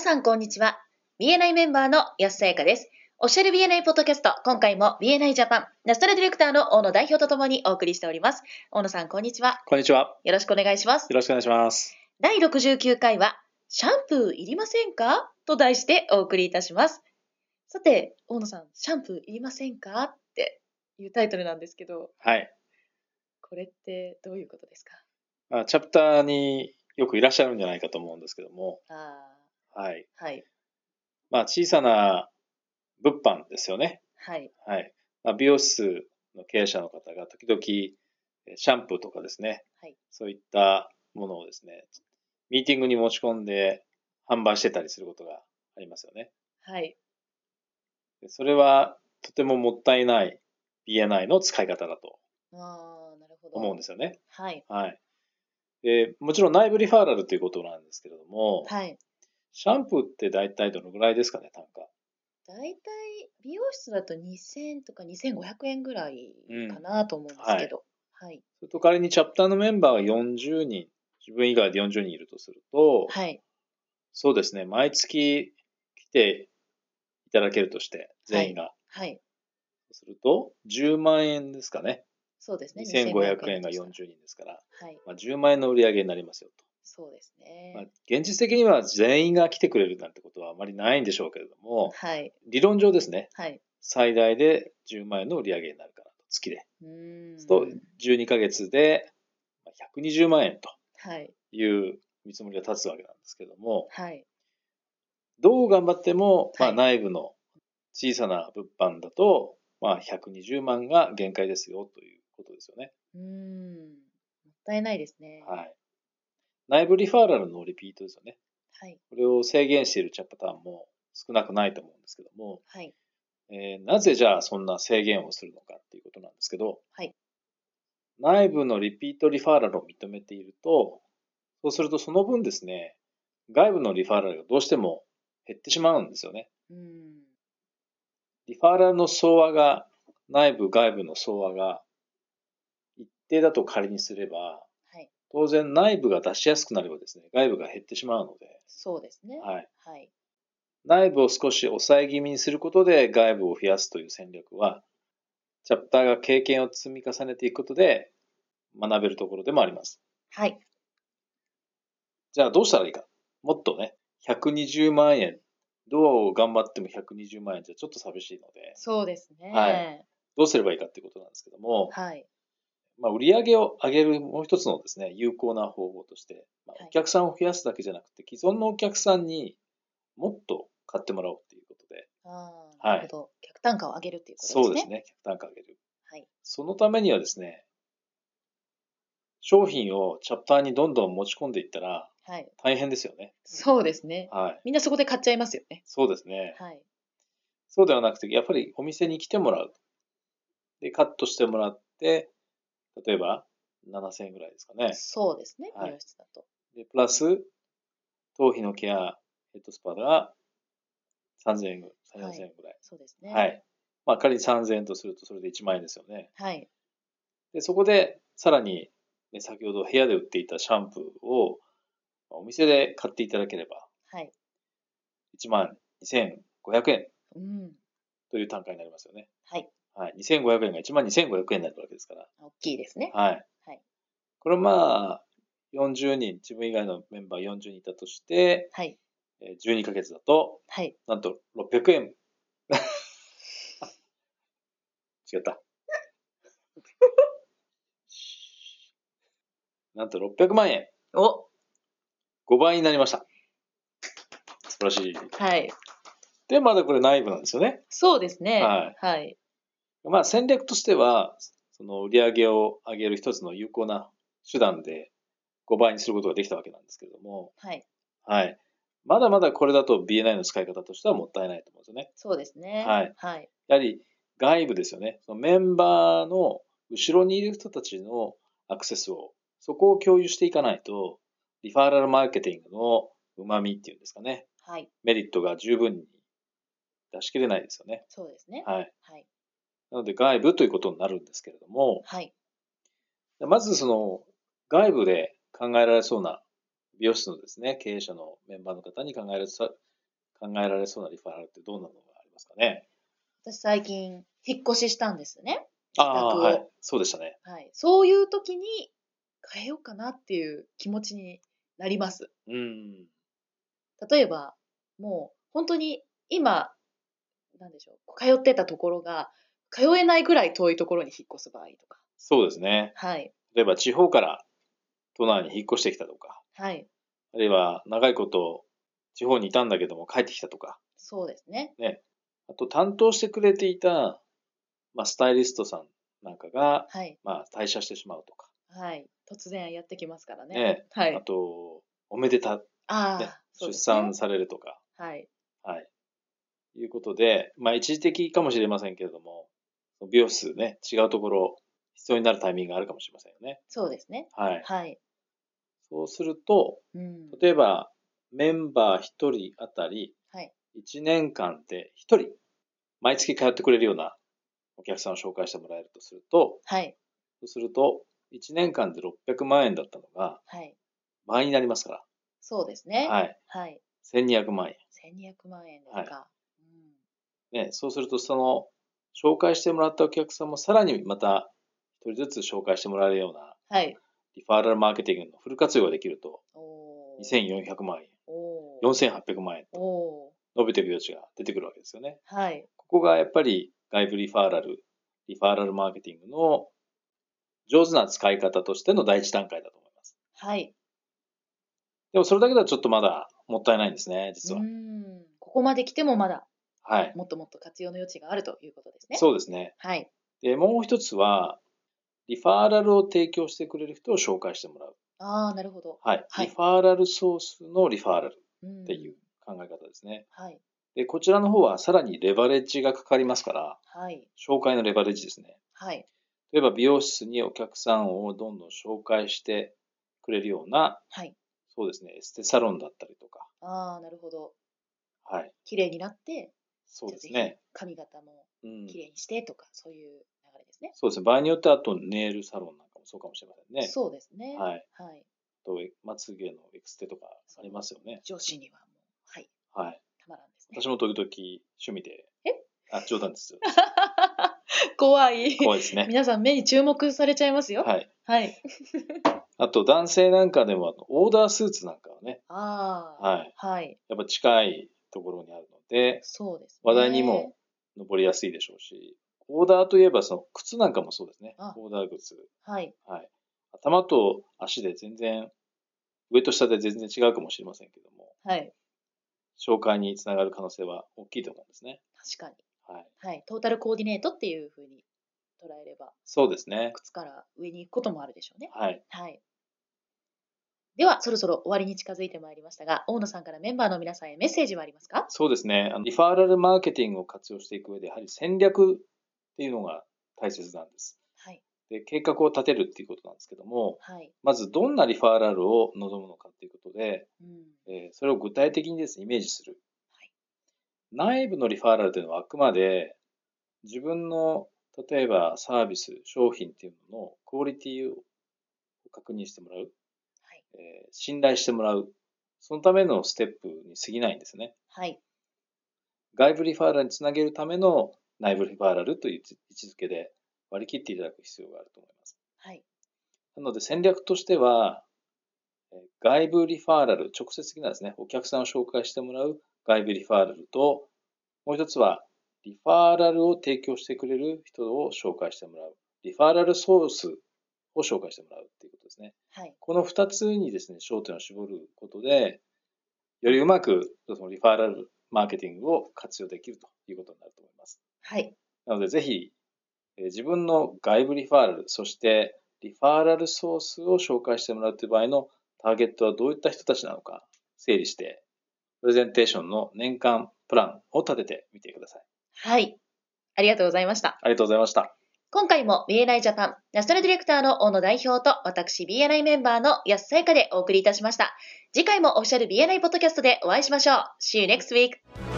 さん、こんにちは。BNI メンバーの安さやかです。おっしゃる BNI ポッドキャスト、今回も BNI ジャパン、ナストラディレクターの大野代表とともにお送りしております。大野さん、こんにちは。こんにちは。よろしくお願いします。よろしくお願いします。第69回は、シャンプーいりませんかと題してお送りいたします。さて、大野さん、シャンプーいりませんかっていうタイトルなんですけど、はい。これってどういうことですかあチャプターによくいらっしゃるんじゃないかと思うんですけども、あはい。ーはい、まあ、小さな物販ですよね。はい、はい。まあ、美容室の経営者の方が時々、えシャンプーとかですね、はいそういったものをですね、ミーティングに持ち込んで販売してたりすることがありますよね。はい。でそれはとてももったいない BNI の使い方だとああ、なるほど。思うんですよね。はい、はい。でもちろん内部リファーラルということなんですけれども、はい。シャンプーって大体どのぐらいですかね、単価。大体美容室だと2000とか2500円ぐらいかなと思うんですけど、はいそれと仮にチャプターのメンバーが40人、自分以外で40人いるとすると、はいそうですね、毎月来ていただけるとして、全員が。はいすると、10万円ですかね。そうですね2500円が40 40人ですから、はいまあ、10万円の売り上げになりますよそうですねと。まあ、現実的には全員が来てくれるなんてことはあまりないんでしょうけれども、はい理論上ですね、はい最大で10万円の売り上げになるかなと、月で。うーんと12ヶ月でまあ120万円とはいいう見積もりが立つわけなんですけども、はいどう頑張っても、まはあ、い内部の小さな物販だと、まあ、120万が限界ですよということですよね。うーんもったいないですねはい。内部リファーラルのリピートですよね。はいこれを制限しているチャプターンも少なくないと思うんですけども、はいえーなぜじゃあそんな制限をするのかっていうことなんですけど、はい内部のリピートリファーラルを認めていると、そうするとその分ですね、外部のリファーラルがどうしても減ってしまうんですよね。うーんリファーラルの総和が、内部外部の総和が一定だと仮にすれば、はい当然内部が出しやすくなればですね、外部が減ってしまうので、そうですねはい。はい内部を少し抑え気味にすることで外部を増やすという戦略は、チャプターが経験を積み重ねていくことで学べるところでもあります。はいじゃあどうしたらいいか。もっとね、120万円。どう頑張っても120万円じゃちょっと寂しいので、そうですねはどうすればいいかっていうことなんですけども、はいまあ、売り上げを上げるもう一つのですね、有効な方法として、まあはいお客さんを増やすだけじゃなくて、既存のお客さんにもっと買ってもらおうということで、あーはないるほど客単価を上げるっていうことですねそうですね、客単価上げる。はいそのためにはですね、商品をチャプターにどんどん持ち込んでいったらはい大変ですよね。そうですねはい。みんなそこで買っちゃいますよねそうですね。はいそうではなくて、やっぱりお店に来てもらう。で、カットしてもらって、例えば7000円ぐらいですかね。そうですね、はい美容室だと。で、プラス、頭皮のケア、ヘッドスパが3000円ぐらい、4000円ぐらい。そうですね。はい。。まあ、仮に3000円とすると、それで1万円ですよね。はい。で、そこで、さらに、ね、先ほど部屋で売っていたシャンプーを、まあお店で買っていただければ、はい。 1万2500円うん。という単価になりますよね。はい。はい。2500円が1万2500円になるわけですから。大きいですね。はい。はいこれまあ、40人、自分以外のメンバー40人いたとして、はい。えー12ヶ月だと、はい。なんと600円。 違 った。なんと600万円。お5倍になりました。素晴らしい。はい。で、まだこれ内部なんですよね。そうですね。。はいはい。まあ戦略としては、その売り上げを上げる一つの有効な手段で5倍にすることができたわけなんですけれども、はい。はい。まだまだこれだと BNI の使い方としてはもったいないと思うんですよね。そうですね。はい。はい。やはり外部ですよね。そのメンバーの後ろにいる人たちのアクセスを、そこを共有していかないと、リファーラルマーケティングの旨味っていうんですかね。はい。メリットが十分に出し切れないですよね。そうですね。はい。はい。なので外部ということになるんですけれども、はい。まずその外部で考えられそうな美容室のですね、経営者のメンバーの方に考えられ考えられそうなリファラルってどんなのがありますかね私最近、引っ越ししたんですね。ああー、宅をはい。そうでしたね。はい。そういう時に変えようかなっていう気持ちになります。うん。例えば、もう本当に今、なんでしょう、通ってたところが、通えないぐらい遠いところに引っ越す場合とか。そうですね。はい。例えば地方から都内に引っ越してきたとか、はい。あるいは長いこと地方にいたんだけども帰ってきたとか、そうですね。あと担当してくれていた、まあ、スタイリストさんなんかが、はい。まあ、退社してしまうとか、はい。突然やってきますからね。ねはあい。と、おめでた、ああ、ね、そう出ですね産されるとか、はい。はい。いうことで、まあ、一時的かもしれませんけれども、美容室ね、違うところ、必要になるタイミングがあるかもしれませんよね。そうですね。はい。はい。そうすると、うん。例えば、メンバー1人あたり、はい。 1年間で1人、毎月通ってくれるようなお客さんを紹介してもらえるとすると、はい。そうすると、1年間で600万円だったのが、はい。倍になりますかそうですね。ら、はい。はい。1200万円。 1200万円ですか。うん。ね、そうすると、その、紹介してもらったお客さんもさらにまた1人ずつ紹介してもらえるような、はい。リファーラルマーケティングのフル活用ができると、おー。 2400万円、おー。 4800万円とおー。伸びていく余地が出てくるわけですよね。はい。ここがやっぱり外部リファーラル、リファーラルマーケティングの上手な使い方としての第一段階だと思います。はい。でもそれだけではちょっとまだもったいないんですね、実うは。ん。ここまで来てもまだはい。もっともっと活用の余地があるということですね。そうですね。はい。で、もう一つは、リファーラルを提供してくれる人を紹介してもらう。ああ、なるほど。はい。はいリファーラルソースのリファーラルっっていう。考え方ですね。はい。で、こちらの方はさらにレバレッジがかかりますから、はい。紹介のレバレッジですね。はい。例えば美容室にお客さんをどんどん紹介してくれるようなはい。そうですね、エステサロンだったりとか、ああ、なるほど。はい、綺麗になって、そうですじゃあぜね。ひ髪型もうん、綺麗にしてとか、そういう流れですね。そうですね、場合によってはあとネイルサロンなんかもそうかもしれませんね。そうですね。。はいい、あとまつげのエクステとかありますよね。女子にはもう、はい。はい、たまらんですね。私も時々趣味で、あ冗談ですよ。 怖い。怖いです ね。皆さん目に注目されちゃいますよ。はい、はい。あと男性なんかでもあのオーダースーツなんかはね、ああ。はい、はい。やっぱ近いところにあるのでそうですね。話題にも。登りやすいでしょうし、オーダーといえばその靴なんかもそうですねあ。オーダー靴。はい。はい、頭と足で全然、上と下で全然違うかもしれませんけども、はい。紹介につながる可能性は大きいと思うんですね。確かに。はい、はい。トータルコーディネートっていうふうに捉えれば、そうですね。靴から上に行くこともあるでしょうね。はい、はい。では、そろそろ終わりに近づいてまいりましたが、大野さんからメンバーの皆さんへメッセージはありますかそうですね。あのリファーラルマーケティングを活用していく上で、やはり戦略っていうのが大切なんです。はい。で計画を立てるっていうことなんですけども、はい。まずどんなリファーラルを望むのかっていうことで、うん。えーそれを具体的にですね、イメージする。はい内部のリファーラルというのはあくまで自分の例えばサービス、商品っていうののクオリティを確認してもらう、はい。えー信頼してもらう、そのためのステップに過ぎないんですね。はい。外部リファーラルにつなげるための内部リファーラルという位置位置づけで割り切っていただく必要があると思います。はい。なので戦略としては、えー外部リファーラル、直接的なですね、お客さんを紹介してもらう外部リファーラルと、もう一つは、リファーラルを提供してくれる人を紹介してもらう。リファーラルソースを紹介してもらうっていうことですね。はい。この二つにですね、焦点を絞ることで、よりうまくそのリファーラルマーケティングを活用できるということになると思います。はい。なので、ぜひ、えー自分の外部リファーラル、そしてリファーラルソースを紹介してもらうという場合のターゲットはどういった人たちなのか、整理して、プレゼンテーションの年間プランを立ててみてください。はい。ありがとうございました。ありがとうございました。今回も BNI ジャパンナショナルディレクターの大野代表と私 BNI メンバーの安さやかでお送りいたしました。次回もオフィシャル BNI ポッドキャストでお会いしましょう。See you next week!